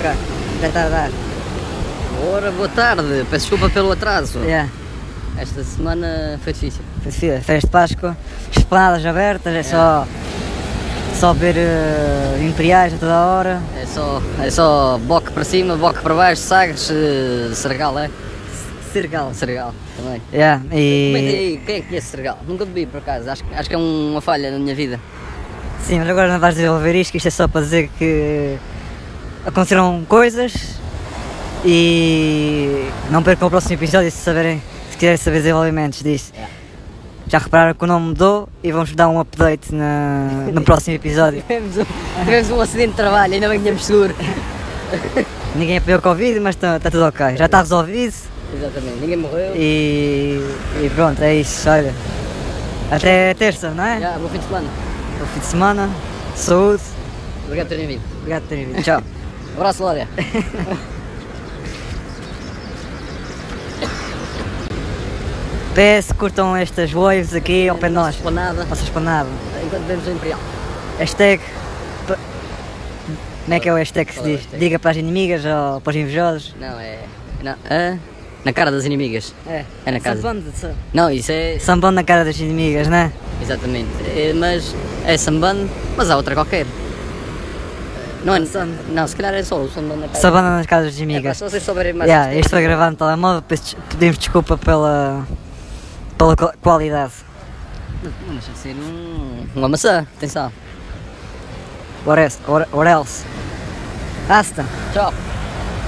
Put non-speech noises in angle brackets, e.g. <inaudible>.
Pronto, já está a dar. Ora, boa tarde. Peço desculpa pelo atraso. Yeah. Esta semana foi difícil. Fazia Férias de Páscoa, esplanadas abertas, é só. só ver eh, imperiais a toda a hora. É só, é só boque para cima, boque para baixo, sagres, eh, sergal, é? Cercal. Sergal também. Yeah, Comentem e. aí, quem é que conhece sergal? Nunca bebi, por acaso. Acho, acho que é uma falha na minha vida. Sim, mas agora não vais desenvolver isto, que isto é só para dizer que. aconteceram coisas e. não percam o próximo episódio se saberem. se quiserem saber desenvolvimentos disso. Yeah. Já repararam que o nome mudou e vamos dar um update na, no próximo <laughs> episódio. Tivemos um, tivemos um acidente de trabalho, ainda bem que tínhamos seguro. Ninguém é apanhou Covid, mas está tudo ok. Já está resolvido Exatamente, ninguém morreu. e, e pronto, é isso. Olha, até terça, não é? Já, bom fim de semana. Bom fim de semana, saúde. Obrigado por terem vindo. Um Obrigado por terem vindo. <laughs> Tchau. Abraço, Lória. PS, curtam estas waves aqui ao pé de nós. Esplanada, Nossa esplanada. enquanto vemos o Imperial. Hashtag. pa- Como é que é o hashtag que se Qual é o diz? hashtag? Diga para as inimigas ou para os invejosos. Não, é. Não, é na cara das inimigas. É, É na casa. Sambando, Não, isso é. Sambando na cara das inimigas, não é? Exatamente. É, mas é sambando, mas há outra qualquer. Não é. Não, se calhar é só o sambando na cara. Sambando nas casas das É, pá, inimigas. se vocês souberem mais. Yeah, este foi gravado no telemóvel, peço des- pedimos desculpa pela, pela qual- qualidade. Não deixa de ser um. Uma maçã, atenção. What else? What, what else? Asta. Tchau.